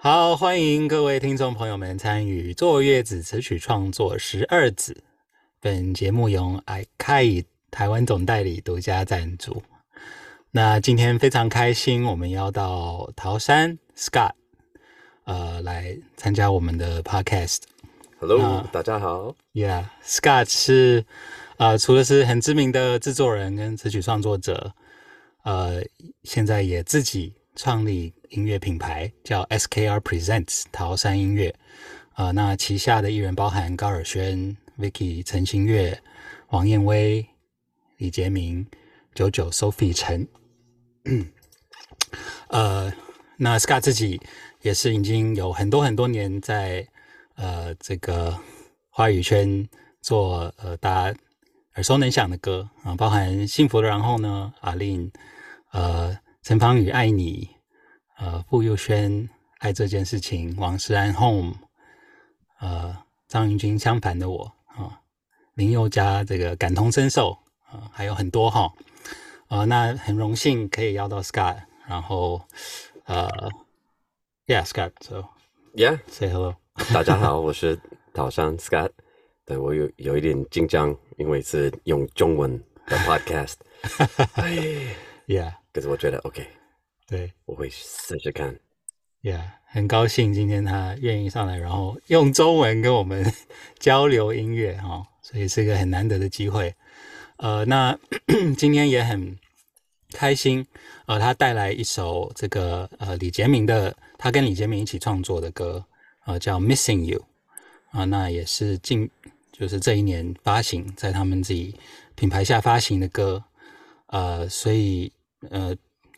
好，欢迎各位听众朋友们参与《坐月子词曲创作十二子》。本节目由 iKai 台湾总代理独家赞助。那今天非常开心，我们邀到桃山 Scott，呃，来参加我们的 Podcast。 Hello，、啊大家好。 Yeah，Scott 是呃，除了是很知名的制作人跟词曲创作者，呃，现在也自己创立音乐品牌叫 SKR Presents 桃山音乐，呃，那旗下的艺人包含高尔宣、Vicky、陈星月、王燕威、李杰明、九九 Sophie 陈，呃，那 Scott 自己也是已经有很多很多年在呃这个华语圈做呃大家耳熟能详的歌啊、包含《幸福的然后》呢，阿令，呃，陈芳宇《爱你》，呃，傅佑轩《爱这件事情》，王诗安《Home》，呃，张芸京《相反的我》啊、林宥嘉这个感同身受啊、还有很多哈。啊、那很荣幸可以邀到 Scott，然后呃，Yeah，Scott，so Yeah， say hello。大家好， 我是岛上 Scott。对我有有一点紧张，因为是用中文的 podcast。哎 Yeah，可是我觉得 OK，对我会试试看。 ，Yeah，很高兴今天他愿意上来，然后用中文跟我们 交流音乐哈、哦，所以是个很难得的机会。呃，那 今天也很开心，呃，他带来一首这个呃李杰明的，他跟李杰明一起创作的歌，呃，叫《Missing You》啊、那也是近就是这一年发行在他们自己品牌下发行的歌，呃，所以呃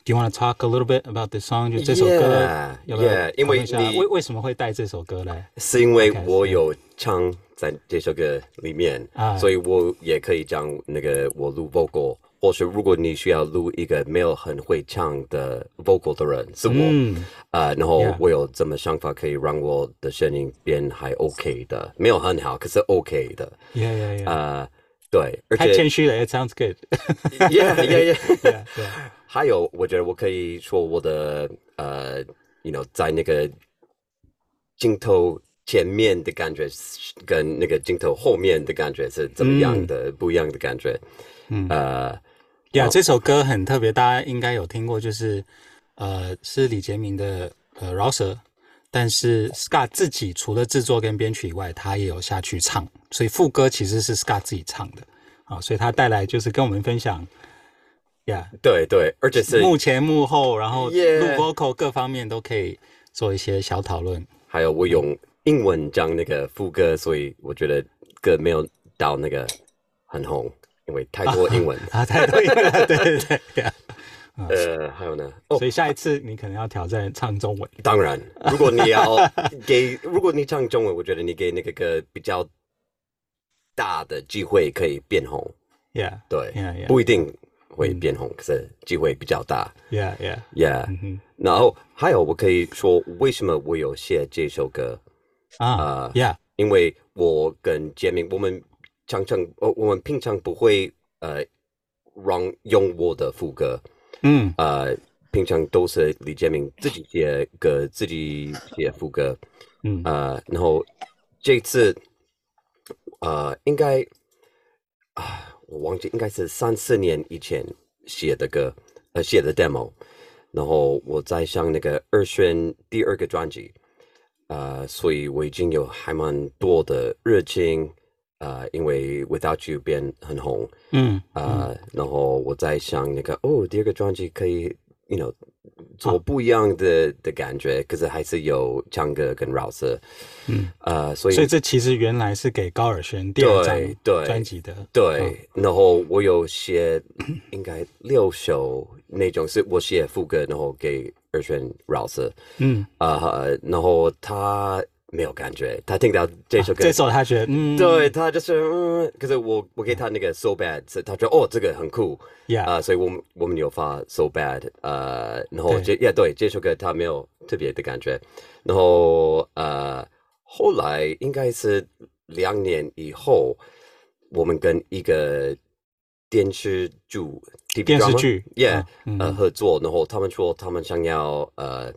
，Do you want to talk a little bit about this song？就这首歌 Yeah，要不要 yeah，因为讨论一下你为为什么会带这首歌来？是因为 Podcast，我有唱在这首歌里面，啊所以我也可以讲那个我录 vocal，或是如果你需要录一个没有很会唱的 vocal 的人，是我，嗯呃，然后 Yeah 我有这么想法，可以让我的声音变还 OK 的，没有很好，可是 OK 的， ，Yeah Yeah Yeah，呃，对，而太且谦虚了，It sounds good。 ，yeah yeah yeah， Yeah, yeah. 还有，我觉得我可以说我的呃，you know，在那个镜头前面的感觉是跟那个镜头后面的感觉是怎么样的，不一样的感觉。嗯呃，呀这首歌很特别，大家应该有听过，就是呃，是李杰明的呃饶舌，但是 Scott 自己除了制作跟编曲以外，他也有下去唱，所以副歌其实是 Scott 自己唱的啊，所以他带来就是跟我们分享呀对对，而且是幕前幕后，然后录 Yeah vocal 各方面都可以做一些小讨论。还有我用英文讲那个副歌，所以我觉得歌没有到那个很红，因为太多 英文。啊，太多音 了，对对对，yeah，呃，还有呢，哦，所以下一次你可能要挑战唱中文。当然，如果你要给，如果你唱中文，我觉得你给那个歌比较大的机会可以变红， Yeah，对 Yeah, yeah. 不一定会变红，可是机会比较大 yeah yeah， ，Yeah、嗯哼。然后还有，我可以说为什么我有写这首歌，啊、y e a h 因为我跟杰明，我们常常，我我们平常不会呃让用我的副歌，嗯呃，平常都是李杰明自己写歌，自己写副歌。嗯呃，然后这次呃，应该啊，我忘记应该是三四年以前写的歌，呃，写的 demo。然后我在上那个二轩第二个专辑，呃，所以我已经有还蛮多的热情，呃，因为 Without You 变很红，嗯呃，然后我在想那个哦，第二个专辑可以，you know，做啊不一样的的感觉，可是还是有唱歌跟饶舌，嗯，呃，所以所以这其实原来是给高尔宣第二张对对专辑的，对，然后我有写应该六首那种是我写副歌，然后给二轩饶舌，嗯，呃，然后他没有感觉，他听到这首啊歌这首他觉得嗯，对他就是，嗯，可是我我给他那个 so bad，是他觉得哦这个很酷， Yeah 啊、所以我们我们有发 so bad，呃，然后对这也对这首歌他没有特别的感觉，然后呃，后来应该是两年以后，我们跟一个电视剧 TV 电视 drama 剧哦 yeah、嗯呃合作，然后他们说他们想要呃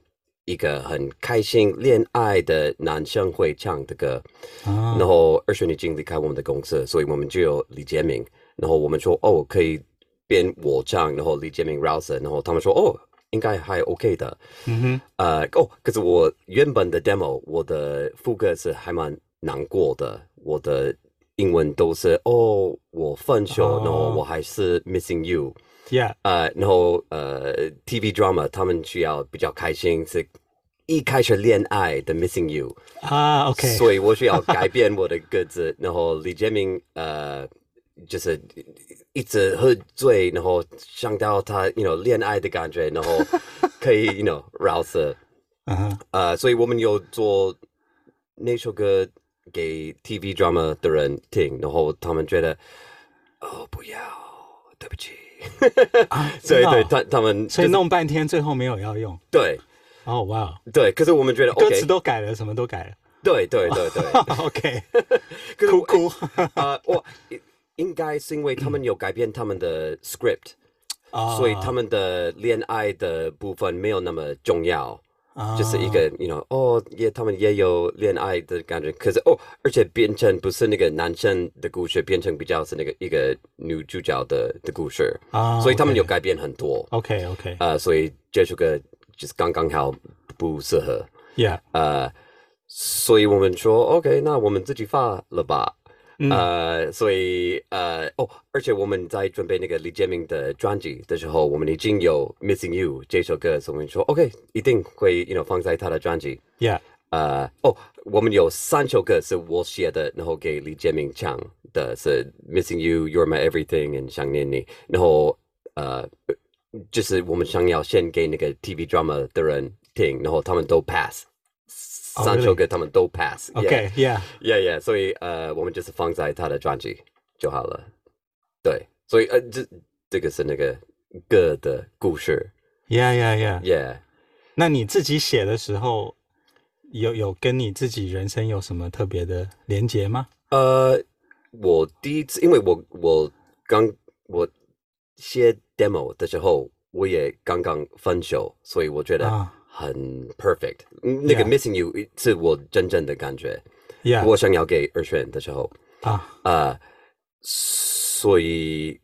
一个很开心恋爱的男生会唱的歌。啊然后二十年经离开我们的公司，所以我们就有李杰明。然后我们说哦，可以编我唱，然后李杰明 Rouse，然后他们说哦，应该还 OK 的。嗯哼，呃，哦，可是我原本的 demo，我的副歌是还蛮难过的，我的英文都是哦，我分手，哦然后我还是 missing you。 ，Yeah，呃，然后呃，TV drama 他们需要比较开心，是一开始恋爱的 missing you。啊，OK，所以我需要改变我的歌词。然后李杰明呃，就是一直喝醉，然后想到他，you know，恋爱的感觉，然后可以，you know，饶舌。 嗯哼，呃，所以我们有做那首歌给 TV drama 的人听，然后他们觉得，哦，不要，对不起。啊，所以真的对哦他他们所以就是弄半天，最后没有要用。对哦，哇，对，可是我们觉得歌 OK，词都改了，什么都改了。 对对对对， OK，可是哭我哭。呃，我应应该是因为他们有改变他们 的 script，、啊所以他们的恋爱的部分没有那么重要，啊就是一个，you know，哦，也他们也有恋爱的感觉，可是哦，而且变成不是那个男生的故事，变成比较是那个一个女主角的的故事，啊，哦所以他们有改变很多， OK OK 呃，所以这首歌就是刚刚好不适合， Yeah，呃，所以我们说 OK，那我们自己发了吧。嗯呃，所以呃，哦，而且我们在准备那个李建明的专辑的时候，我们已经有《Missing You》这首歌，所以我们说 OK，一定会，you know，放在他的专辑。 Yeah，呃，哦，我们有三首歌是我写的，然后给李建明唱的是《Missing You》、《You're My Everything》and 想念你，然后呃，就是我们想要先给那个 TV drama 的人听，然后他们都 pass， Oh, 三首 really? 歌他们都 pass。 OK Yeah， Yeah, yeah，所以呃，我们就是放在他的专辑就好了。对，所以呃，这这个是那个歌的故事。 Yeah Yeah Yeah。 Yeah，那你自己写的时候，有有跟你自己人生有什么特别的连结吗？呃，我第一次，因为我我刚我写 demo 的时候，我也刚刚分手，所以我觉得啊很 perfect。嗯那个 Yeah missing you 是我真正的感觉。 Yeah，我想要给二选的时候，啊呃，所以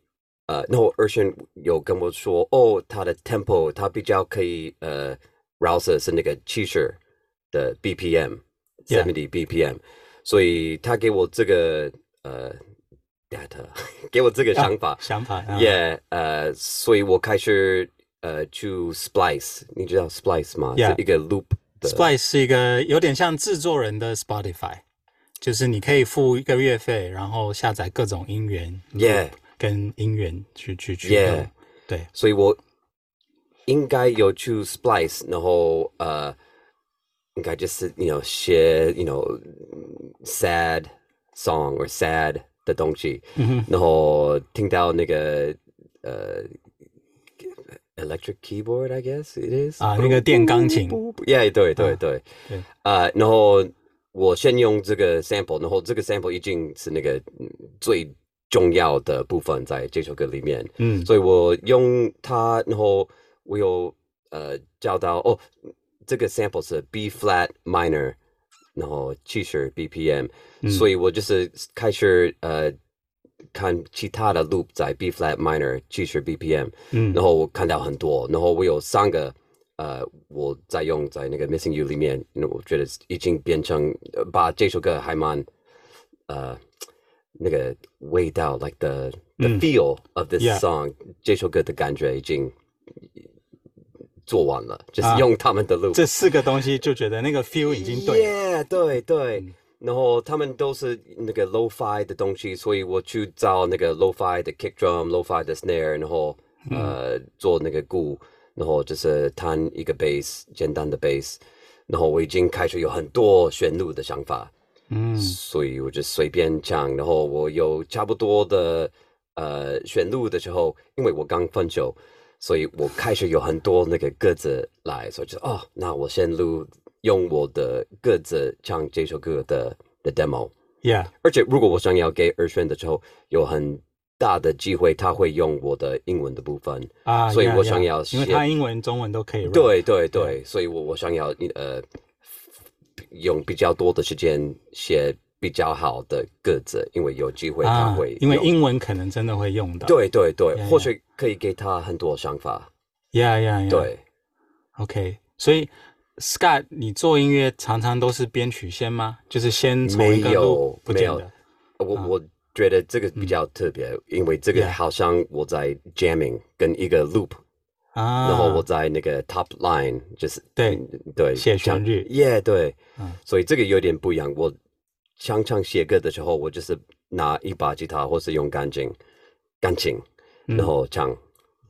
呃，然后二轩有跟我说，哦，他的 tempo 他比较可以呃 r o u s e 是那个七十的 BPM Yeah. seventy BPM，所以他给我这个呃 data 给我这个想法，想法啊 yeah，呃，所以我开始呃去 splice，你知道 splice 吗 Yeah. 是一个 loop 的 Splice 是一个有点像制作人的 Spotify，就是你可以付一个月费，然后下载各种音源 Yeah. 跟音源去去去 Yeah. 用对，所以我应该有去 splice，然后呃，应该就是 you know 写 you know sad song or sad 的东西，嗯然后听到那个呃 electric keyboard I guess it is 啊那个电钢琴啊，yeah 对对对对，呃，然后我先用这个 sample，然后这个 sample 已经是那个嗯最重要的部分在这首歌里面，嗯所以我用它，然后我有呃教到哦，这个 sample 是 B flat minor，然后七十 BPM，、所以我就是开始呃看其他的 loop 在 B flat minor 七十 BPM，嗯然后我看到很多，然后我有三个。呃，我在用在那个 Missing You 里面，那我觉得已经变成呃把这首歌还蛮呃那个味道，like the the feel of this 嗯 Yeah. song，、这首歌的感觉已经做完了，就是啊用他们的路。这四个东西就觉得那个 feel 已经对了嗯 Yeah，对对。然后他们都是那个 lo-fi 的东西，所以我去找那个 lo-fi 的 kick drum、lo-fi 的 snare，然后嗯呃做那个鼓，然后就是弹一个 bass，简单的 bass。然后我已经开始有很多旋律的想法，嗯所以我就随便唱，然后我有差不多的呃选录的时候，因为我刚分手，所以我开始有很多那个歌词来，所以就哦，那我先录用我的歌词唱这首歌的的 demo， ，Yeah 而且如果我想要给二选的时候，有很大的机会，他会用我的英文的部分。啊，所以 yeah，我想 yeah，要因为写他英文、中文都可以 rap。对对对，所以我我想要呃，用比较多的时间写比较好的歌词，因为有机会他啊会，因为用英文可能真的会用到。对对对 Yeah，或 yeah 许可以给他很多想法。 ，Yeah Yeah Yeah。对， OK，所以 Scott，你做音乐常常都是编曲先吗？就是先从一个没有路不见得没有啊我、我觉得这个嗯比较特别，因为这个 Yeah 好像我在 jamming 跟一个 loop，、啊。然后我在那个 top line 就是对嗯对写这样旋律，yeah 对，嗯所以这个有点不一样。我常常写歌的时候，我就是拿一把吉他或是用钢琴，钢琴，嗯然后唱、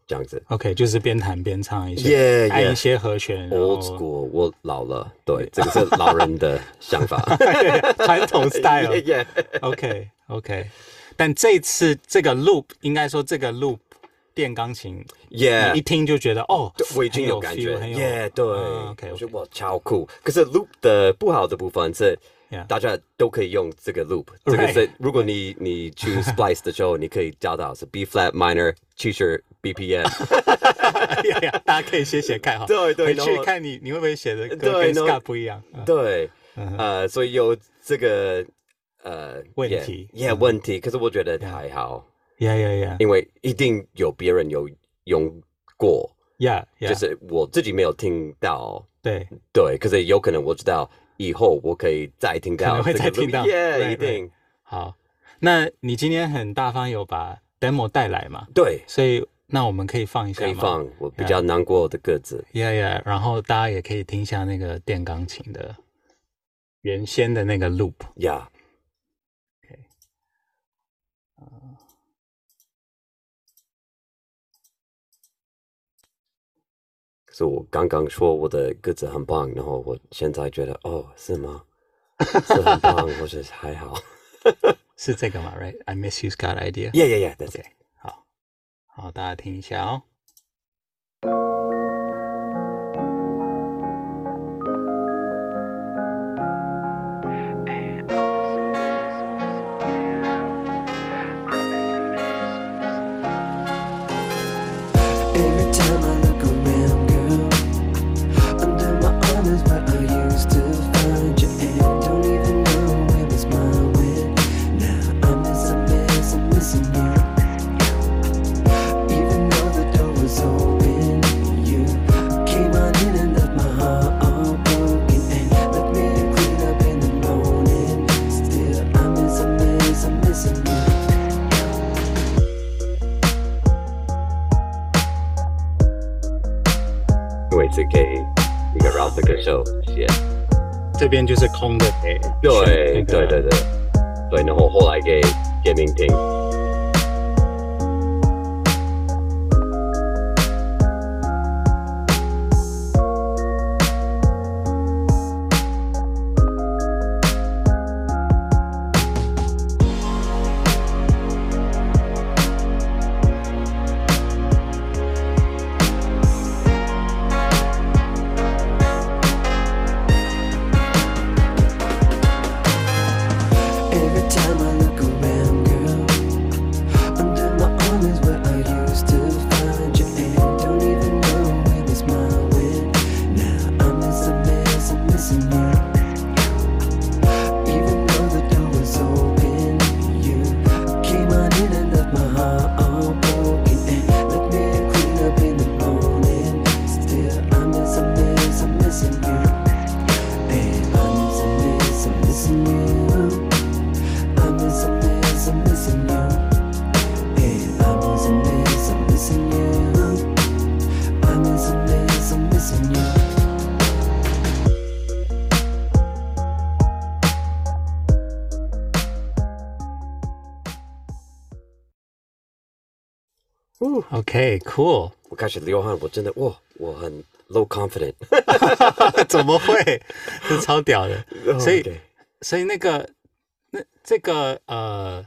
这样子。啊 OK，就是边弹边唱一些， Yeah, 按一 yeah. 些和弦，然 Old 后 school，我老了，对，这个是老人的 想法。 传 统 style。 yeah, yeah. OK OK，但这次这个 loop 应该说这个 loop 电钢琴， Yeah，你一听就觉得哦嗯对，我已经很有感 feel，觉很有耶对，啊我觉 OK，OK 得哇超酷。可是 loop 的不好的部分是 Yeah 大家都可以用这个 loop，这个 Right 是如果你你 choose splice 的时候，你可以找到是 B flat minor 七十 BPM，呀呀大家可以写写看哈， 对对回然去后看你你会不会写的歌跟对然后 Scott 不一样，嗯对，呃，所以有这个呃问题嗯也问题。可是我觉得还好，呀呀呀因为一定有别人有用过，呀呀，就是我自己没有听到。对对，可是有可能我知道以后我可以再听可到能会这再个听到 y e a h right，一定好，那你今天很大方有把 demo 带来嘛？对，所以那我们可以放一下可以吗放我比较难过的歌子。呀呀，然后大家也可以听一下那个电钢琴的原先的那个 loop。 Yeah，可是我刚刚说我的歌子很棒，然后我现在觉得哦，是 吗？是很棒，或者是还好。是这个嘛？Right，I miss you, Scott idea。 Yeah, yeah, yeah, that's it. 好，好，大家听一下哦。 Every time I look around, girl, under my arm is where I used to find you, and don't even know where my smile went. Now I miss, I miss, I'm missing you. Even though the door was open, you came on in and left my heart all broken, and left me to clean up in the morning. Still, I miss, I miss, I'm missing you. 因为是给一个 rap 的歌手写。这边就是空的，哎，对选那对个对对，对，然后后来给给明听。 Every time I look around, girl, under my arm is where I used to find you, and don't even know where this smile went. Now I miss, I miss, I'm missing you. Even though the door was open, you came on in and left my heart all broken, and left me to clean up in the morning. Still, I miss, I miss, I'm missing you. And I miss, I miss, I'm missing you. I'm missing, miss, I'm missing you. And I'm missing, miss, I'm missing you. I'm missing, miss, I'm missing you. ，OK，Cool， 我开始流汗，我真的哇，我很 low confident。怎么会？这超屌的。所以哦 OK 所以那个那这个呃，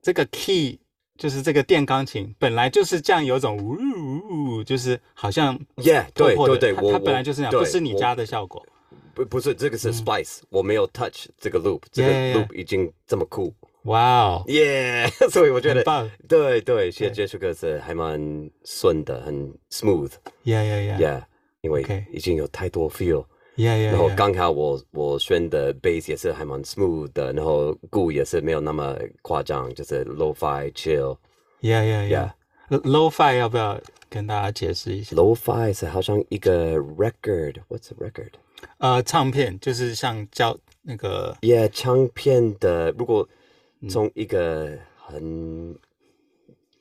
这个 key 就是这个电钢琴本来就是这样，有种呜呜呜，就是好像 Yeah，破对破的对对，它我它我本来就是这样，对不是你我加的效果。不不是这个是 splice，、我没有 touch 这个 loop，这个 Yeah, yeah, yeah. loop 已经这么酷哇哦，耶！ 所以我觉很得棒对对，写对这首歌是还蛮顺的，很 smooth，呀呀呀， yeah，因为 OK 已经有太多 feel，呀呀，然后呀刚好我我选的 bass 也是还蛮 smooth 的，然后鼓也是没有那么夸张，就是 low-fi chill。呀呀呀，low-fi 要不要跟大家解释一下？ low-fi 是好像一个 record，what's a record？呃，唱片就是像叫那个 yeah，唱片的，如果嗯从一个很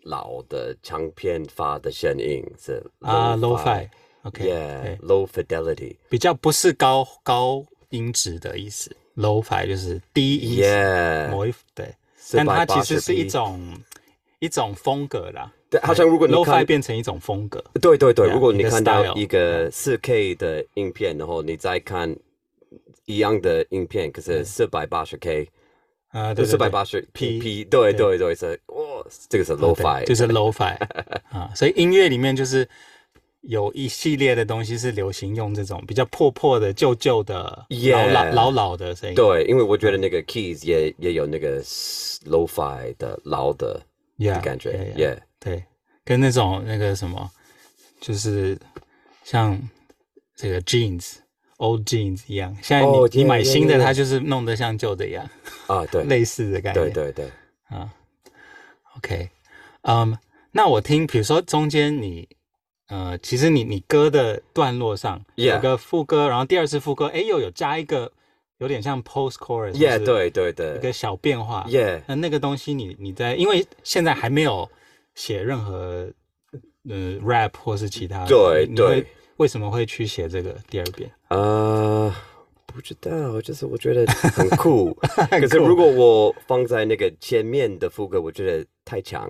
老的唱片发的声音是啊 lo-fi ，low-fi，OK，对 yeah，low fidelity。比较不是高高音质的意思，low-fi 就是低音质 Yeah，某一对，四但它百其八实十是一 P 种一种风格啦。对好像如果你 low-fi 看变成一种风格，对对对 Yeah，如果你一个看到 style，一个四 K 的影片，然后你再看一样的影片，可是四百八十 K，啊，对四对百对八十 P，哦 P，对对对，是哇，这个是对 low-fi，就是 low-fi 啊，所以音乐里面就是有一系列的东西是流行用这种比较破破的、旧旧的、老 Yeah 老老老的声音。对，因为我觉得那个 keys 也也有那个 low-fi 的老的 Yeah，感觉 yeah, yeah ，yeah，对，跟那种那个什么，就是像这个 jeans。old jeans 一样，现在你、 Oh, 你 yeah, 买 yeah, 新的 yeah, yeah 它就是弄得像旧的一样，啊，对，类似的概念。对对对， OK，嗯、那我听，比如说中间你，呃，其实你你歌的段落上 Yeah 有个副歌，然后第二次副歌，哎，又有加一个有点像 post chorus， yeah，就是对对一对个小变化。 ，yeah，那那个东西你你在，因为现在还没有写任何呃 rap 或是其他，对你你对会为什么会去写这个第二遍？啊，不知道，就是我觉得很 酷，可是如果我放在那个前面的副歌，我觉得太强，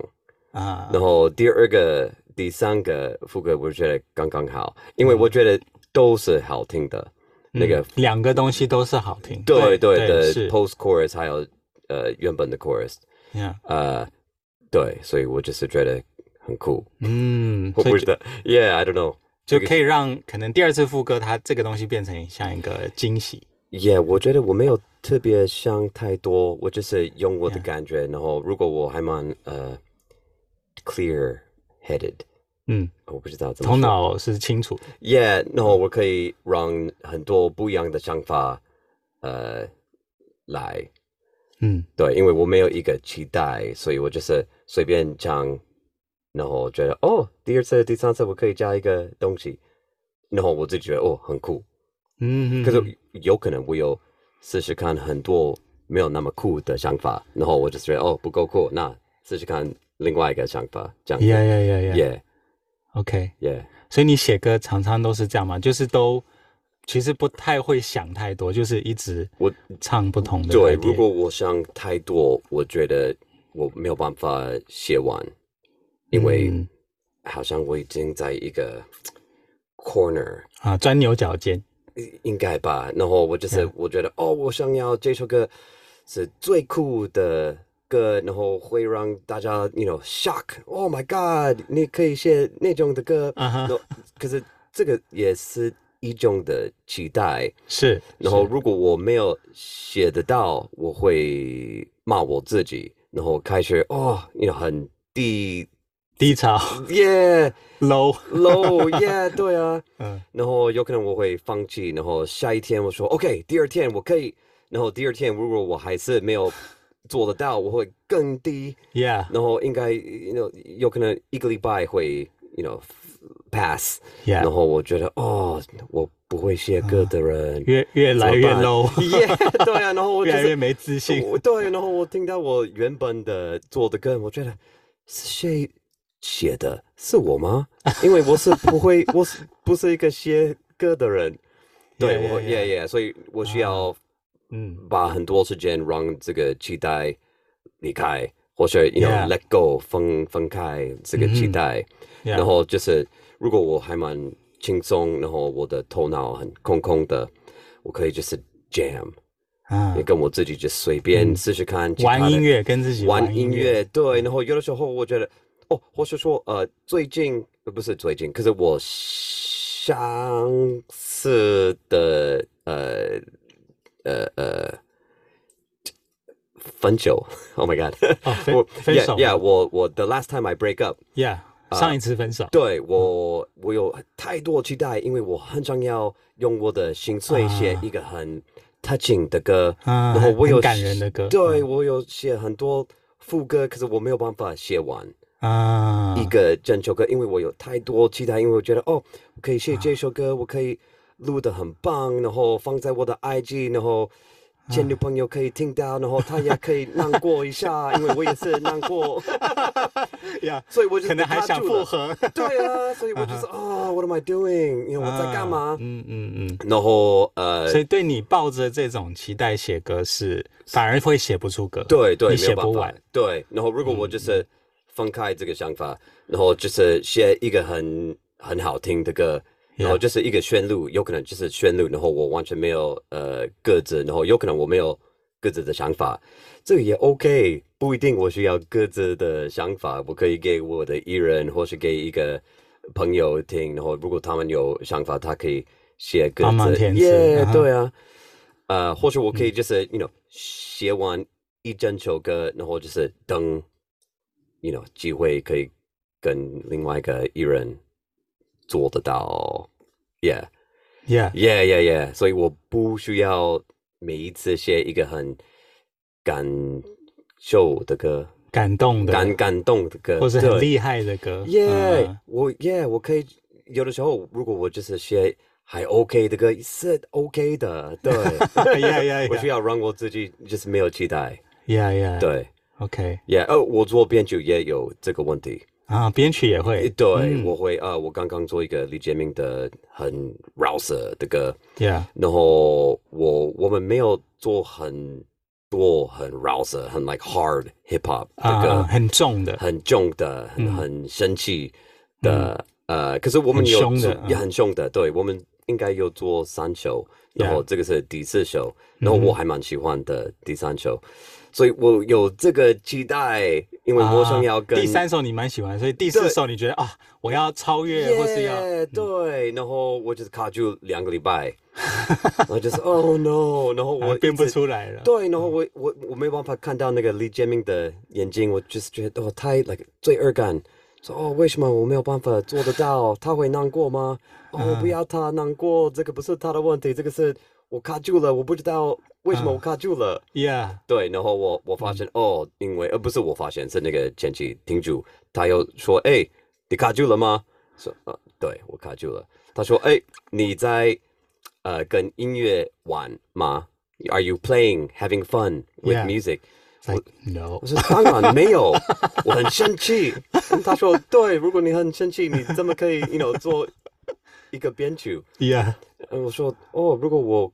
啊然后第二个、第三个副歌，我觉得刚刚好，因为我觉得都是好听的，那个嗯两个东西都是好听，对对对的是， post chorus 还有呃原本的 chorus。 yeah，呃，对，所以我就是觉得很酷。嗯，我所以不知道，Yeah，I don't know。就可以让可能第二次副歌它这个东西变成像一个惊喜。 Yeah，我觉得我没有特别想太多，我就是用我的 Yeah 感觉。然后如果我还蛮呃 clear headed，嗯，我不知道怎么头说。脑是清楚的。 Yeah，然后我可以让很多不一样的想法呃来。嗯对，因为我没有一个期待，所以我就是随便讲，然后觉得哦，第二次、第三次我可以加一个东西，然后我就觉得哦很酷。嗯，可嗯是有可能我有试试看很多没有那么酷的想法，然后我就觉得哦不够酷，那试试看另外一个想法，这样子。 yeah yeah yeah yeah yeah OK， yeah 所以你写歌常常都是这样嘛，就是都其实不太会想太多，就是一直我唱不同的对， idea 如果我想太多，我觉得我没有办法写完，因为嗯好像我已经在一个 corner。啊钻牛角尖。应该吧。然后我就是我觉得哦，我想要这首歌是最酷的歌，然后会让大家，you know shock，oh my god，你可以写那种的歌。啊哈然后可是这个也是一种的期待。是，然后是如果我没有写得到，我会骂我自己，然后开始哦，你 you know, 很低低 潮耶 low， low 耶，对啊。嗯然后有可能我会放弃，然后下一天我说 OK，第二天我可以，然后第二天如果我还是没有做得到，我会更低， ，yeah 然后应该 you know 有可能一个礼拜会 you know pass，然 yeah，后我觉得哦，我不会写歌的人，越越来越怎么办 low， Yeah，对啊，然后我越就是来越没自信。我对，然后我听到我原本的做的歌，我觉得是谁写的？是我吗？因为我是不会，我是不是一个写歌的 人？对 Yeah, 我 yeah, ，yeah yeah，所以我需要嗯，把很多时间让这个期待离开，或者 you know Yeah. let go 分分开这个期嗯待。 Yeah 然后就是如果我还蛮轻松，然后我的头脑很空空的，我可以就是 jam。啊也跟我自己就随便试试看，其他的玩音乐跟自己玩音音乐，对。然后有的时候我觉得，哦，或是说，呃，最近呃不是最近，可是我上次的呃呃呃分手。Oh my god！哦分我分手 Yeah, yeah 我我 the last time I break up， Yeah，上一次分手，对我我有太多期待，因为我很想要用我的心碎写一个很 touching 的歌，啊然后我有很感人的歌啊对、我有写很多副歌，可是我没有办法写完。啊，一个整首歌，因为我有太多期待，因为我觉得哦，我可以写这首啊歌，我可以录的很棒，然后放在我的 IG，然后啊前女朋友可以听到，然后她也可以难过 一下，因为我也是难过，呀，所以我就可能还想复。合， 对啊，所以我就说啊、w h a am I doing？因为我在干嘛？嗯嗯嗯。然后呃，所以对你抱着这种期待写歌是，反而会写不出歌，对对，你没有写嗯办不法完。。对，然后如果我就是放开这个想法，然后就是写一个很很好听的歌，然后 Yeah 就是一个旋律，有可能就是旋律，然后我完全没有呃各自，然后有可能我没有各自的想法，这个也 OK，不一定我需要各自的想法，我可以给我的艺人或是给一个朋友听，然后如果他们有想法，他可以写各帮忙自，填词耶啊，哈嗯对啊。呃，或许我可以就是、y o u know 写完一整首歌，然后就是等 you know 机会可以跟另外一个艺人做得到，yeah Yeah， yeah yeah yeah，所以我不需要每一次写一个很感受的歌，感动的，感感动的歌，或是很对厉害的歌。耶、 嗯我耶、我可以有的时候，如果我就是写还 OK 的歌，是 OK 的， 对 Yeah, yeah, 我需要让我自己就是没有期待， Yeah，Yeah，对，OK，耶、哦，我做编曲也有这个问题，啊，编曲也诶会对，嗯我会啊、呃我刚刚做一个李杰明的很饶舌的歌， ，Yeah，然后我我们没有做很多很饶舌、很 like hard hip hop 的歌。啊，很重的，很重的、很很生气的，呃，可是我嗯们很有凶的做嗯也很凶的，对，我们应该有做三首，然 Yeah 嗯后这个是第四首，然后我还蛮喜欢的第三首，所以我有这个期待，因为我想要跟啊第三首你蛮喜欢，所以第四对首你觉得啊，我要超越或是要嗯 Yeah，对，然后我就是卡住两个 礼拜，然后就是 Oh no，然后啊我变不一直出来了。对，然后我我我没有办法看到那个李建明的眼睛，我就是觉得哦，太 like 罪恶感，说哦，为什么我没有办法做得到？ 他会难过吗？哦，我不要他难过，这个不是他的问题，这个是我卡住了，我不知道为什么我卡住了。 ，Yeah，对，然后我我发现、哦，因为呃不是我发现，是那个前妻停住，他又说哎、你卡住了吗？说呃对我卡住了。他说哎、你在呃跟音乐玩吗？Are you playing having fun with Yeah. music？ like no，我说当然没有，我很生气。他说对，如果你很生气，你怎么可以 you know 做一个编曲？ Yeah，呃，我说哦，如果我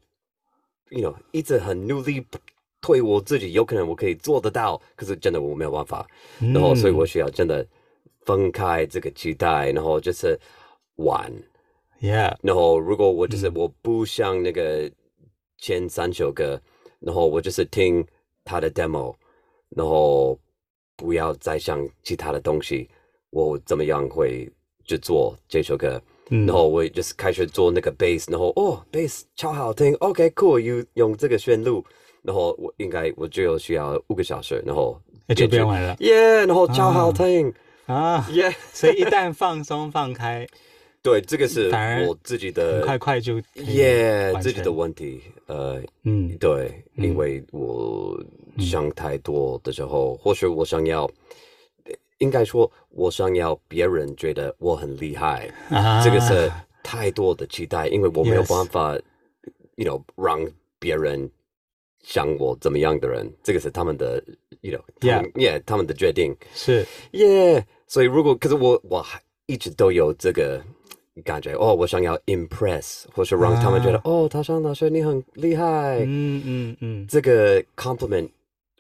，you know，一直很努力推我自己，有可能我可以做得到，可是真的我没有办法，然后所以我需要真的分开这个期待，然后就是玩， Yeah，然后如果我嗯就是我不像那个前三首歌，然后我就是听他的 demo，然后不要再想其他的东西，我怎么样会去做这首歌？嗯然后我也就是开始做那个 bass，然后哦 bass 超好听，OK，cool，you、用这个旋律，然后我应该我就需要五个小时，然后那哎就编曲编完了，yeah，然后超好听、啊， y e a h 所以一旦放松放开，对，这个是反而我自己很的快快就可以耶完自己的成问题，呃，嗯对，因为我想太多的时候，或许我想要，应该说，我想要别人觉得我很厉害，啊，这个是太多的期待，因为我没有 Yes 办法，you know，让别人想我怎么样的人，这个是他们的，you know，他们 yeah，他们的决定。是耶！所以如果可是我我还一直都有这个感觉哦，我想要 impress，或是让他们觉得、哦，他上老师你很厉害，啊嗯嗯嗯这个 compliment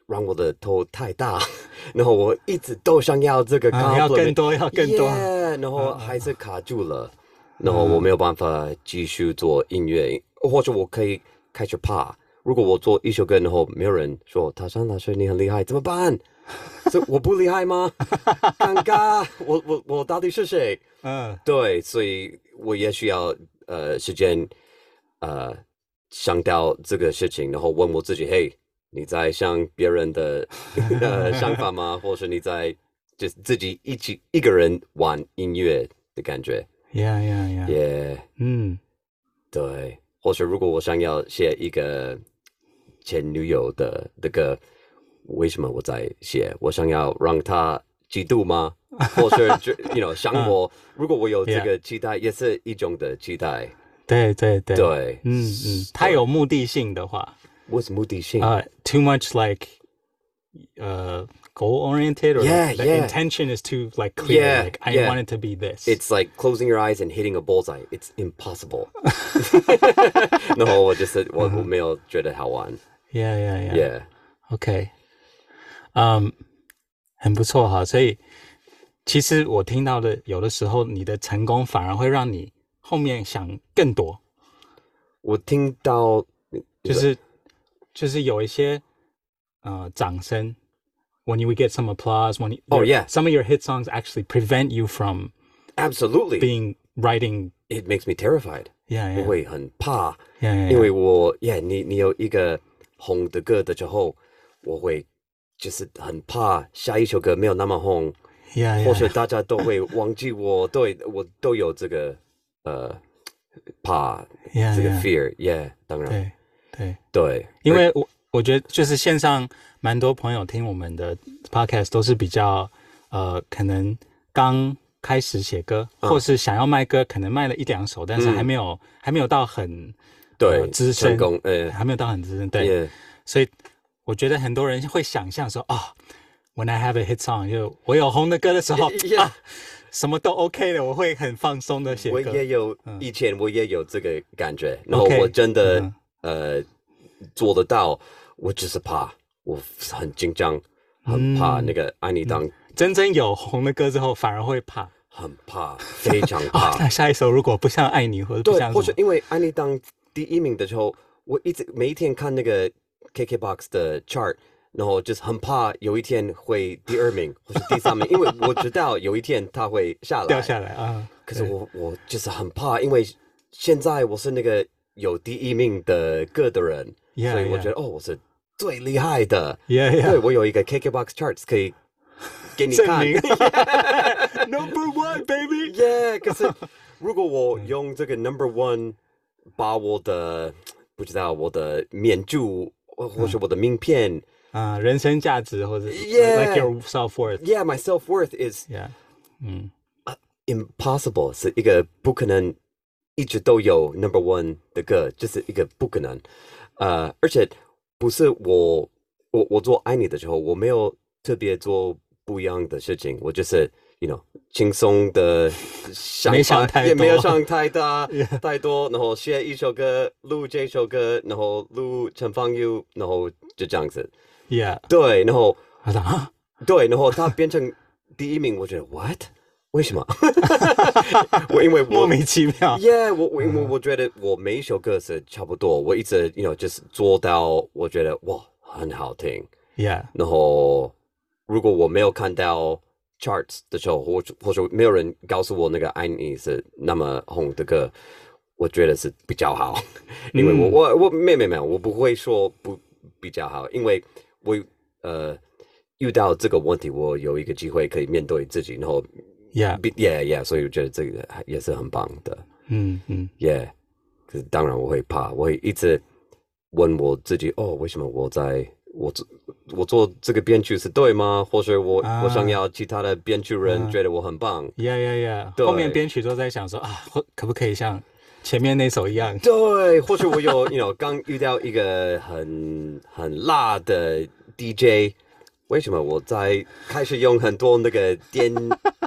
让我的头太大， 然后我一直都想要这个 compliment，、啊要更多要更多嗯 Yeah，然后还是卡住了，然后我没有办法继续做音乐，或者我可以开始怕。如果我做一首歌，然后没有人说塔山老师你很厉害，怎么办？这我不厉害吗？尴尬，我我我到底是谁？嗯对，所以我也需要呃时间，呃想到这个事情，然后问我自己，嘿，你在想别人的的想法吗？或是你在就是自己一起一个人玩音乐的感觉？ Yeah, yeah, yeah. 也、嗯，对，或是如果我想要写一个前女友的的歌，为什么我在写？我想要让她嫉 妒吗？或是就 you know 想我，如果我有这嗯 Yeah 个期待，也是一种的期待。对对对，对，嗯嗯，太有目的性的话，我是目的性。 uh, too much like uh, goal oriented or Yeah, like, the yeah. intention is too like clear. Yeah, like I yeah. want it to be this. It's like closing your eyes and hitting a bullseye. It's impossible. 然后我就是我我没有觉得好玩。 yeah, yeah, Uh-huh yeah. Yeah， OK，嗯、很不错哈。所以其实我听到的，有的时候你的成功反而会让你后面想更多，我听到就是就是有一些呃掌声。When you would get some applause, when you, Oh, yeah. some of your hit songs actually prevent you from absolutely being writing. it makes me terrified， Yeah, 我 yeah, 会很怕。 yeah, yeah, 因为我耶，你你有一个红的歌的时候，我会就是很怕下一首歌没有那么红， yeah, yeah, 或许大家都会忘记我，对我都有这个呃怕 yeah, 这个 yeah, fear，耶，当然对哎对，对，因为我我觉得就是线上蛮多朋友听我们的 podcast 都是比较呃，可能刚开始写歌，嗯或是想要卖歌，可能卖了一两首，但是还没有、还没有到很对呃资成深功，呃，还没有到很资深，对耶，所以我觉得很多人会想象说哦。When I have a hit song，就我有红的歌的时候 Yeah 啊，什么都 OK 的，我会很放松的写我歌。嗯也有以前我也有这个感觉，然后 OK，我真的嗯呃做得到，我只是怕，我很紧张，很嗯怕那个安妮当。真正有红的歌之后，反而会怕。很怕，非 常啊，那怕。下一首如果不像爱你或者不对，像或什者么，因为安利当第一名的时候，我一直每一天看那个 KKBOX 的 chart，然后就是很怕有一天会第二名或是第三名，因为我知道有一天它会下来。掉下来啊，可是我我就是很怕，因为现在我是那个有第一名的歌的人 Yeah, 所以我 yeah. 觉得哦，我是最厉害的。 Yeah, 对 yeah. 我有一个 KKBOX charts 可以给你证看。 明 number one baby。耶！可是如果我用这个 number one 把我的不知道我的面具或或是我的名片、啊，人生价值或者 Yeah. like your self worth。 y e a h my self worth is Yeah， impossible，是一个不可能一直都有 number one 的歌，就是一个不可能。呃，而且不是我我我做爱你的时候，我没有特别做不一样的事情，我就是 you know 轻松的想法，没想太也没有多想太大太多，然后写一首歌，录这首歌，然后录陈芳佑，然后就这样子。 yeah。对，然后我说啊，对，然后他变成第一名，我觉得 what？为什么？ 我因为 莫我名其妙。耶，我我因为我觉得我每一首歌是差不多，我一直 you know 就是做到我觉得哇很好听。 Yeah，然后如果我没有看到 charts 的时候，或者或者没有人告诉我那个爱你是那么红的歌，我觉得是比较好， 因为我、我我没没没有，我不会说不比较好，因为我呃遇到这个问题，我有一个机会可以面对自己，然后 yeah，比 yeah yeah，所以我觉得这个还也是很棒的嗯嗯 yeah。可是当然我会怕，我会一直问我自己，哦，为什么我在我做我做这个编剧是对吗？或者我、啊我想要其他的编剧人觉得我很棒， ，Yeah yeah yeah。对后面编曲都在想说啊，会可不可以像前面那首一样？对，或者我有 you know 刚遇到一个很很辣的 DJ。为什么我在开始用很多那个 电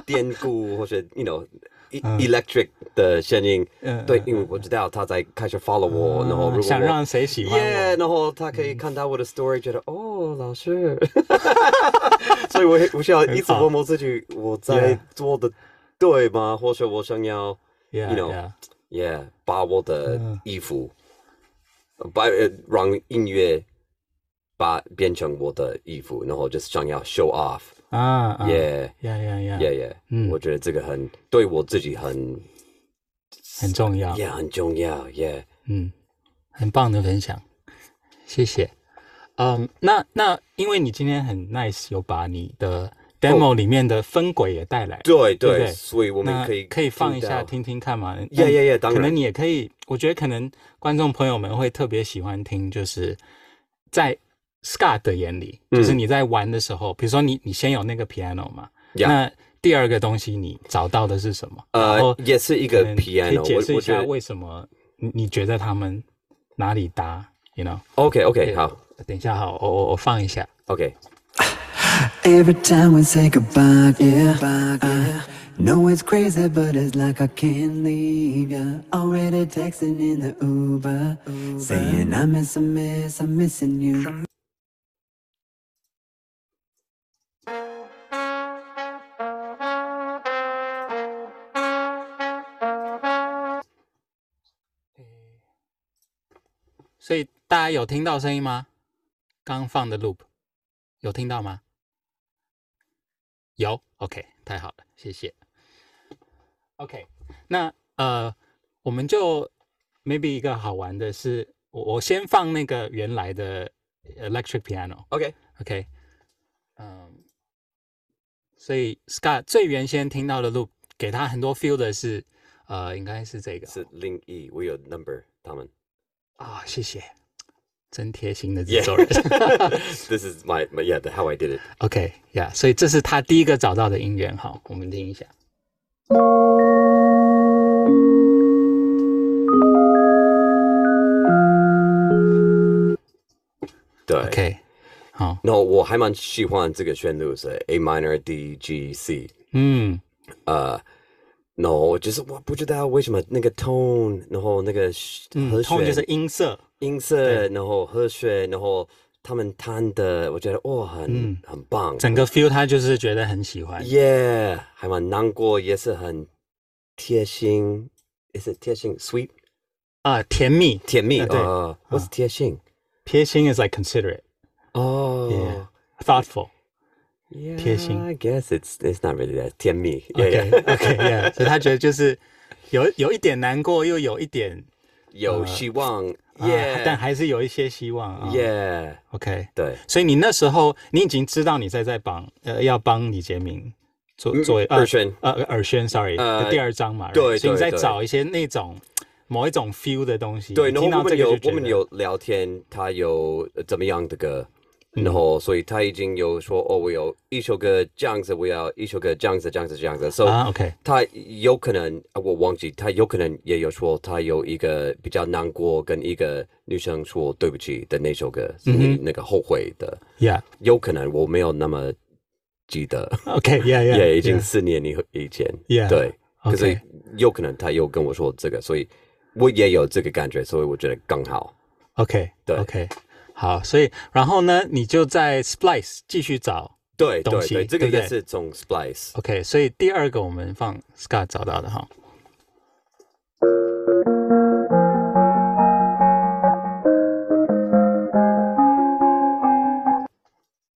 电鼓或者 you know e- electric 的声音？嗯对，因为我知道他在开始 follow 我，然后如啊果想我让谁喜欢我？嗯耶，然后他可以看到我的 story，觉得哦，老 师， 所以我我需要一直问我自己，我在 Yeah 做的对吗？或者我想要 Yeah you know yeah。耶把我的嗯衣服，把呃让音乐把变成我的衣服，然后就是想要 show off，啊啊嗯耶，Yeah yeah yeah，耶耶，我觉得这个很对我自己很很重要。也很重要耶。嗯，很棒的分享，谢谢。嗯，那那因为你今天很 nice，有把你哦的 demo 里面的分轨也带来，对对不对，所以我们那可以可以放一听下到听听看嘛。呀呀呀当可然能你也可以，我觉得可能观众朋友们会特别喜欢听，就是在 Scott 的眼里，就是嗯你在玩的时候，比如说你你先有那个 piano 嘛，呀那第二个东西你找到的是什么？然后呃，也是一可个能嗯可 piano，以解释一我我觉下得为什么你你觉得他们哪里搭？You know， OK OK 好等一下好，我我我放一下。 OK， Every time we say goodbye, yeah, I know it's crazy, but it's like I can't leave ya. Already texting in the Uber, saying I miss, I miss, I'm missing you. 所以大家有听到声音吗？刚放的 loop 有听到吗？有，OK，太好了，谢谢。OK，那呃，我们就 maybe 一个好玩的是，我我先放那个原来的呃 electric piano，OK，、 OK，嗯，所以 Scott 最原先听到的 loop 给他很多 feel 的是，呃，应该是这个是零一，我有 number 他们。啊、谢谢，真贴心的制 Yeah, 作 人。 this is my, my yeah, the, how I did it. OK，呀、所以这是他第一个找到的音源，好，我们听一下。对 OK，好，然后我还蛮喜欢这个旋律是 A minor D G C，嗯，呃，然后就是我不知道为什么那个 tone，然后那个嗯和弦、 ，tone 就是音色，音色，然后和弦，然后他们弹的，我觉得哇、很、嗯很棒，整个 feel 他就是觉得很喜欢。耶还蛮难过，也是很贴心，也是贴心，sweet 啊、甜蜜，甜蜜啊啊、对呃我是贴心贴心 is like considerate，thoughtful，、哦。 Yeah thoughtful Yeah, 贴心 I guess it's it's not really that 甜蜜。 OK Yeah, yeah. OK yeah，所以他觉得就是有有一点难过，又有一点有希望。呃啊 yeah，但还是有一些希望啊。 yeah， OK，对，所以你那时候你已经知道你在在帮呃要帮李杰明做嗯做呃二轩呃耳轩，sorry 呃的第二章嘛，right？对所以你对在对找一些那种某一种 feel 的东西，对。你然后听我到这们个就有觉我得们有聊天，他有呃怎么样的歌，嗯然后所以他已经有说哦，我有一首歌这样子，我要一首歌这样子，这样子，这样子。所以啊，OK，他有可能啊我忘记，他有可能也有说他有一个比较难过，跟一个女生说对不起的那首歌，是嗯你那个后悔的， ，Yeah，OK，Yeah，Yeah，有可能我没有那么记得。也已经四年以后以前 Yeah，对，可 OK 是有可能他又跟我说这个，所以我也有这个感觉，所以我觉得刚好。 OK，对 OK，好，所以然后呢，你就在 Splice 继续找对东对西对，这个对不对也是从 Splice， ，OK，所以第二个我们放 Scott 找到的哈，对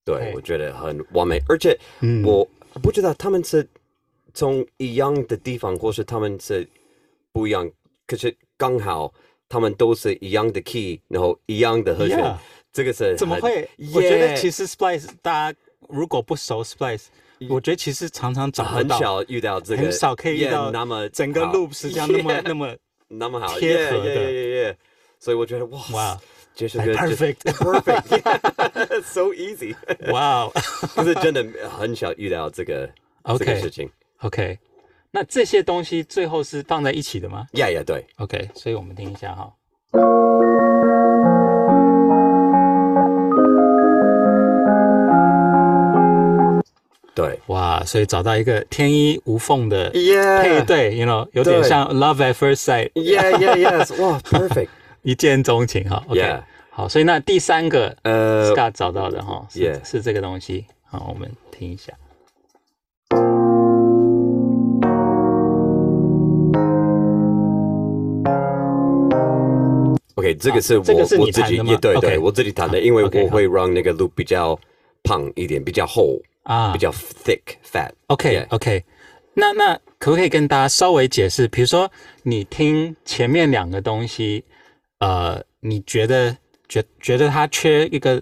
OK 我觉得很完美，而且嗯我不知道他们是从一样的地方，或是他们是不一样，可是刚好他们都是一样的 key，然后一样的和弦 Yeah，这个是怎么很会？我觉得 Yeah，其实 Splice 大家如果不熟 Splice，我觉得其实常常找不很到。少遇到这个，很少可以遇 yeah，到那么整个好 loop 是这样那么 Yeah 那么那么好，贴耶合的耶耶耶！所以我觉得哇哇这首来歌 perfect perfect，so easy，哇哦可是真的很少遇到这个这个 OK 事情。 OK，那这些东西最后是放在一起的吗呀呀，对， ？OK，所以我们听一下哈。对，哇，所以找到一个天衣无缝的 Yeah 配对，you know，有点对像 love at first sight，呀呀呀，哇，perfect， 一见钟情哈。OK，、 Yeah 好，所以那第三个呃 Scott 找到的哈是 Yeah 是这个东西，好，我们听一下。 ，OK，这个是我啊这个是你我自己弹的吗也对 OK 对，我自己弹的，因为 OK，我会让那个 loop 比较胖一点，比较厚啊比较 thick fat。 OK Yeah OK，那那可不可以跟大家稍微解释？比如说你听前面两个东西，呃，你觉得觉觉得它缺一个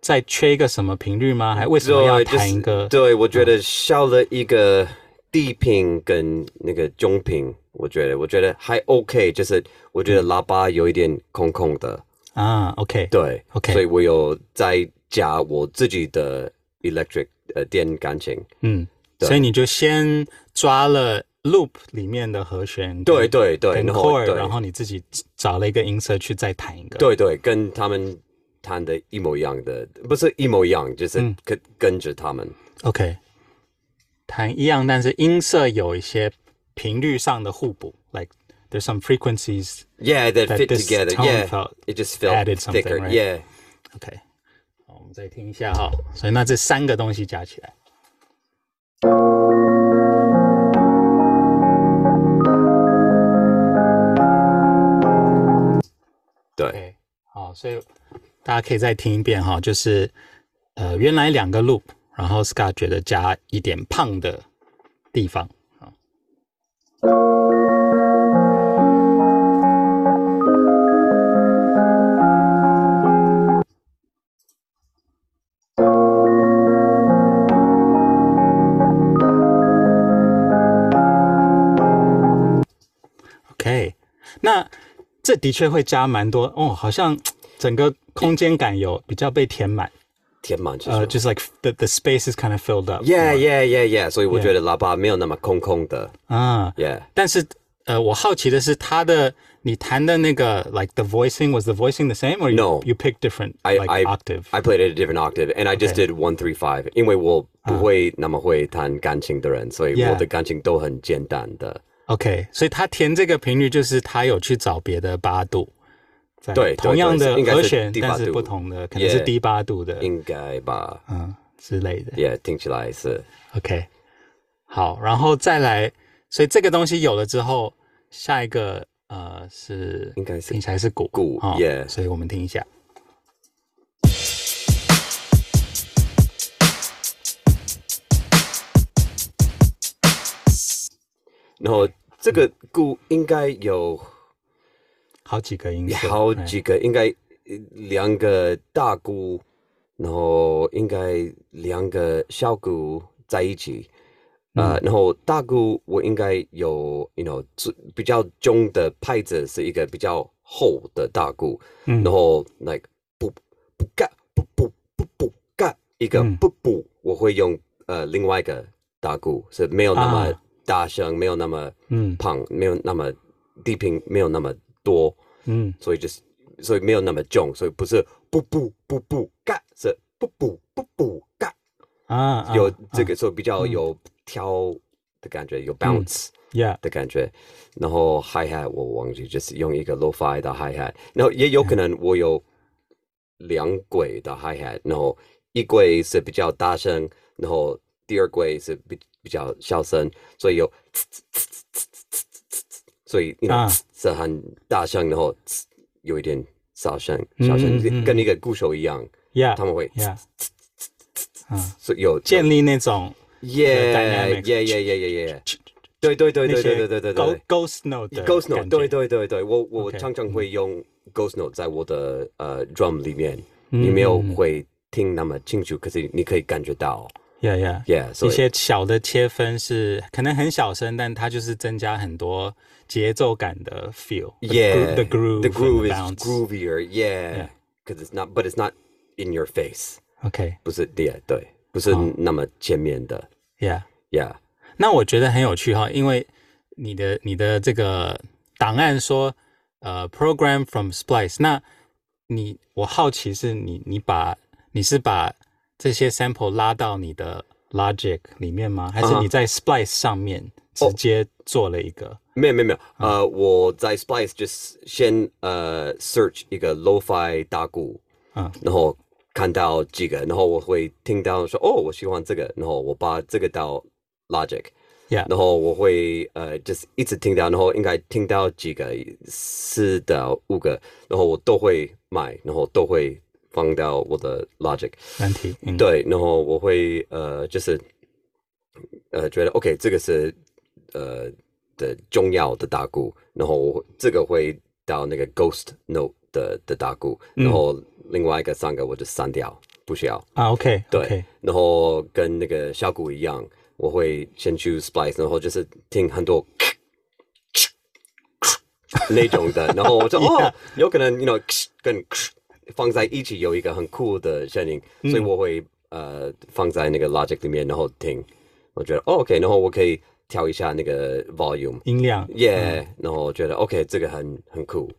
在缺一个什么频率吗？还为什么要对，就弹是一个？对，我觉得少了一个低频跟那个中频，我觉得我觉得还 OK，就是我觉得嗯喇叭有一点空空的，啊，OK，对 OK 所以我有在加我自己的 electric 呃电钢琴，嗯，对所以你就先抓了 loop 里面的和弦，对对对，跟然后 core，对然后你自己找了一个音色去再弹一个，，对对，跟他们弹的一模一样的，不是一模一样，就是嗯跟、跟着他们， OK，弹一样，但是音色有一些频率上的互补，like there's some frequencies。 Yeah, that That fit this together. tone Yeah, felt- it just felt added something, thicker. right? Yeah, OK，好，我们再听一下哈。所以那这三个东西加起来，对 OK，好，所以大家可以再听一遍哈，就是呃，原来两个 loop，然后 Scott 觉得加一点胖的地方，OK，那这的确会加蛮多哦，好像整个空间感有比较被填满，填满就是呃，就是 like the the space is kind of filled up。 Yeah, yeah, yeah, yeah. 所以我觉得喇叭没有那么空空的。啊， Yeah，但是呃，我好奇的是，它的你弹的那个 like the voicing was the voicing the same or you, No. you pick different I like I octave I played at a different octave, and I just Okay. Ah. did one three five. 因为我不会那么会弹钢琴的人，所以 Yeah. 我的钢琴都很简单的。 OK，所以他填这个频率就是他有去找别的八度。在对对同样的对应该是和弦，第八但是度不同的，可能是 Yeah 低八度的，应该吧嗯之类的。 ？Yeah，听起来是 OK，好，然后再来，所以这个东西有了之后，下一个呃是应该是听起来是鼓嗯鼓哦 yeah 所以我们听一下。然后这个鼓应该有好几个音色，好哎几个，应该呃两个大鼓，然后应该两个小鼓在一起，嗯呃，然后大鼓我应该有，you know，最比较重的拍子是一个比较厚的大鼓，嗯然后 like 不不干不不不不干一个嗯不不，我会用呃另外一个大鼓是没有那么啊大声，没有那么嗯胖，没有那么低频，没有那么多。嗯所以就是所以没有那么重，所以不是不不不不嘎，是不不不不嘎，啊啊有啊嗯这个时候比较有挑的感觉，有 bounce ，Yeah，的感觉。然后 hi hat 我忘记，就是用一个 low fi 的 hi hat，然后也有可能我有两轨的 hi hat，然后一轨是比较大声，然后第二轨是比比较小声，所以有所以你啊是很大声，然后有一点小声，嗯小声嗯嗯跟那个鼓手一样， ，Yeah，他们会 Yeah，嗯，所以有建立那种，yeah yeah dynamic yeah yeah yeah yeah，对对对那对对些对对对 ghost 对 ghost note 的，ghost 感 note，觉对，对对对，我我 OK，嗯常常会用 ghost note 在我的呃 drum 里面，嗯你没有会听那么清楚，可是你可以感觉到，Yeah Yeah。 ，yeah，所一以些小的切分是可能很小声，但它就是增加很多节奏感的 feel。 yeah the groove, the the groove groove, is and the bounce. groovier Yeah. yeah because it's not but it's not in your face OK，不是 yeah 对不是哦那么前面的 yeah。 yeah 那我觉得很有趣哈，因为你的你的这个档案说，呃，program from splice，那你我好奇是你你把你是把这些 sample 拉到你的 Logic 里面吗？还是啊你在 splice 上面直接做了一个？没有没有没有呃我在 Splice 就是先呃 search 一个 lo-fi 大鼓嗯然后看到几个然后我会听到说哦我喜欢这个然后我把这个到 Logic Yeah 然后我会呃，就是一直听到，然后应该听到几个四到五个，然后我都会买，然后都会放到我的 Logic。难题，嗯，对，然后我会呃，就是呃，觉得 OK，这个是呃的重要的大鼓，然后我这个会到那个 Ghost Note 的的大鼓，然后另外一个三个我就删掉。不需要。啊，OK，对 OK 然后跟那个小鼓一样，我会先去 splice，然后就是听很多 那种的，然后 我就哦，有可能 you know 跟放在一起有一个很酷的声音，嗯所以我会呃放在那个 Logic 里面，然后听，我觉得、哦、OK，然后我可以调一下那个 volume，音量，耶、然后我觉得 OK，这个很很酷，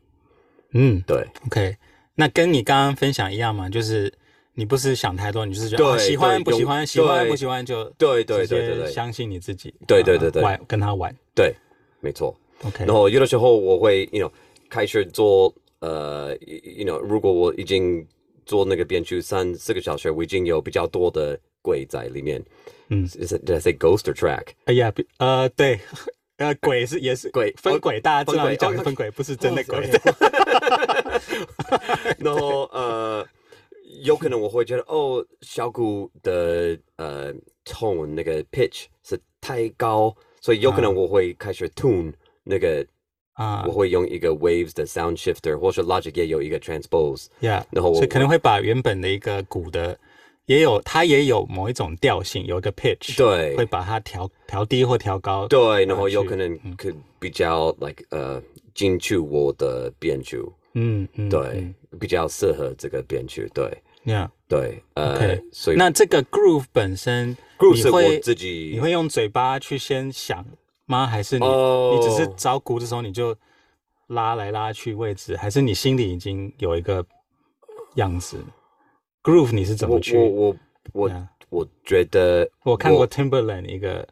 嗯对。 ，OK。那跟你刚刚分享一样嘛，就是你不是想太多，你就是觉得对啊喜欢对不喜欢，有喜欢对不喜欢就对对直接对对对相信你自己，对啊对对对玩跟他玩对，没错。 ，OK，然后有的时候我会，you know，开始做，呃，you know，如果我已经做那个编曲三四个小时，我已经有比较多的鬼在里面。嗯，is it, did I say ghost or track？哎呀，比呃，对， 呃，鬼是也是鬼分哦鬼，大家知道分你鬼讲的哦分鬼不是真的鬼，然后呃，有可能我会觉得哦，小鼓的呃 tone 那个 pitch 是太高，所以有可能我会开始 tune 那个，啊我会用一个 waves 的 sound shifter，或是 Logic 也有一个 transpose。 ，Yeah， 然后我所以可能会把原本的一个鼓的，也有它也有某一种调性，有一个 pitch，对会把它调调低或调高，对，然后有去嗯可能可比较 like 呃进去我的编曲，嗯嗯，对，比较适合这个编曲，对，Yeah，对，呃 OK，所以那这个 groove 本身 groove 你是会我自己你会用嘴巴去先想吗？还是你哦你只是找鼓的时候你就拉来拉去位置，还是你心里已经有一个样子？Groove 你是怎么我去？我我我、 Yeah 我觉得我看过 Timberland 一个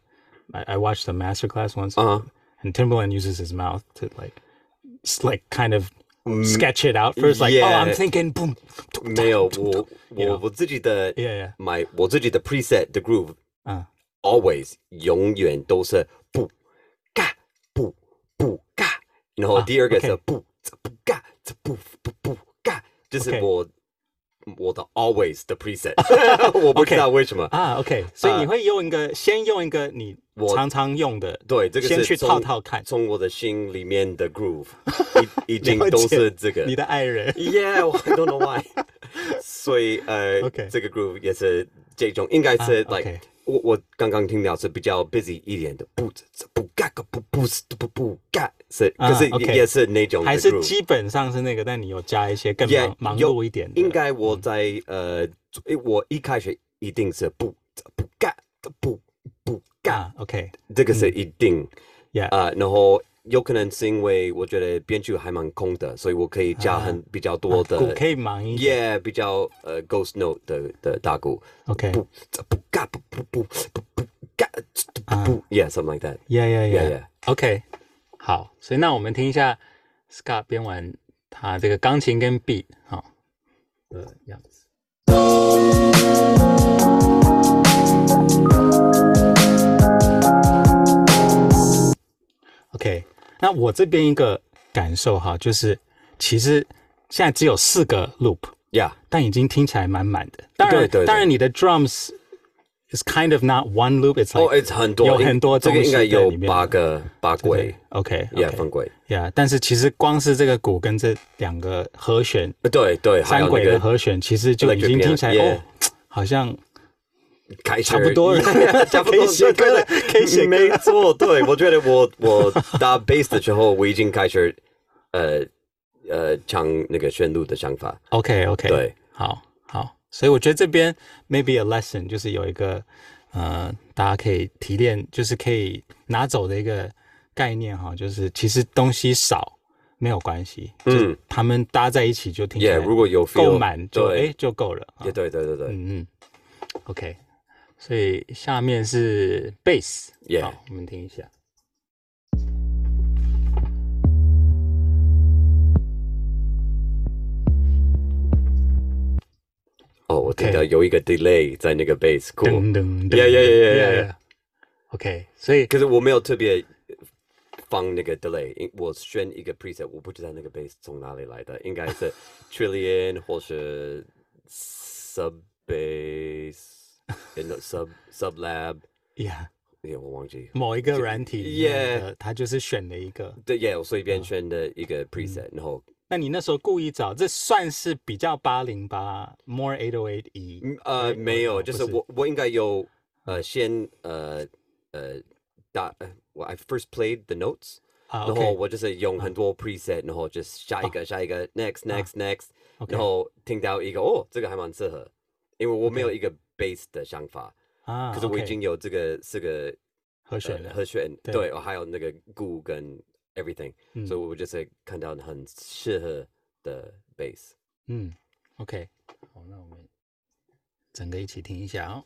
，I I watched the master class once，、啊 and Timberland uses his mouth to like s- like kind of sketch it out first, like oh I'm Mm yeah. Mm thinking boom，没有我 you know 我我自己的 Yeah, yeah. 买我自己的 preset 的 groove 嗯 always 永远都是不嘎不不嘎，然后啊第二个是 OK 不这不嘎这不不不嘎，就是 OK 我我的 always 的 preset，我不知道为什么。啊 OK，所以你会用一个、先用一个你 Uh 我常常用的，对，这个先是去从套套看从我的心里面 的 groove 已已经了解都是这个。你的爱人 Yeah, I don't know why 。所以呃 OK 这个 groove 也是这种，应该是啊 like、 OK 我我刚刚听到是比较 busy 一点的，不不嘎个不不不不嘎是，啊可是 OK 也也是那种的还是 groove 基本上是那个，但你有加一些更 Yeah，忙忙有碌一点的，应该我在呃，我一开始一定是不不嘎不不嘎，啊 OK 这个是一定。 yeah 啊、然后有可能是因为我觉得编剧还蛮空的，所以我可以加很比较多的，鼓可以忙一点 yeah 比较呃 ghost note 的的大鼓， OK 不这不嘎不不不不不嘎这不不、yeah something like that Yeah, yeah, yeah. Yeah, yeah. OK，好，所以那我们听一下 Scott 编完他这个钢琴跟 beat 好、的样子。OK，那我这边一个感受哈，就是其实现在只有四个 loop， yeah 但已经听起来满满的。当然，对对对当然你的 drums is kind of not one loop，it's like、哦、oh, it's 很多有很多这东个西应该在有里面八个八轨 OK， ，yeah OK 分轨， Yeah，但是其实光是这个鼓跟这两个和弦，呃对对，还三有轨那的个和弦，其实就已经 electric piano，听起来 yeah 哦，好像开始差不多了 差不可以多了写歌了对对可以写歌了没错，对我觉得我我搭 bass 的时候，我已经开始呃呃唱那个旋律的想法。 OK OK，对，好好，所以我觉得这边 maybe a lesson 就是有一个呃，大家可以提炼，就是可以拿走的一个概念哈，就是其实东西少没有关系，嗯，他们搭在一起就听起来 Yeah，如果有 feel，够满就对哎就够了，啊也对对对对，嗯嗯，OK，所以下面是 bass， Yeah 好，我们听一下。哦，我听到有一个 delay 在那个 bass，酷。噔噔噔 Yeah, yeah, yeah, yeah, yeah, yeah. OK，所以可是我没有特别放那个 delay，因我选一个 preset，我不知道那个 bass 从哪里来的，应该是 trillion 或是 sub bass，and sub sub lab，呀，哎，我忘记。某一个软体里面 Yeah 的，它就是选了一个对，yeah，我随便选的一个 preset，、然后那你那时候故意找，这算是比较八零吧，more eight oh eight e。嗯呃，对没我有，我就是不是我我应该有呃先呃呃打呃我 I first played the notes，、啊然后，OK，我就是用很多 preset，、然后就是下一个、下一个 next next next，、 OK 然后听到一个哦这个还蛮适合，因为我没有一个 bass 的想法，啊，可是我 OK，已经有这个这个和弦呃了和弦，对对，我还有那个鼓跟 everything，、嗯所以我就是看到很适合的 bass。嗯，OK，好，那我们整个一起听一下哦。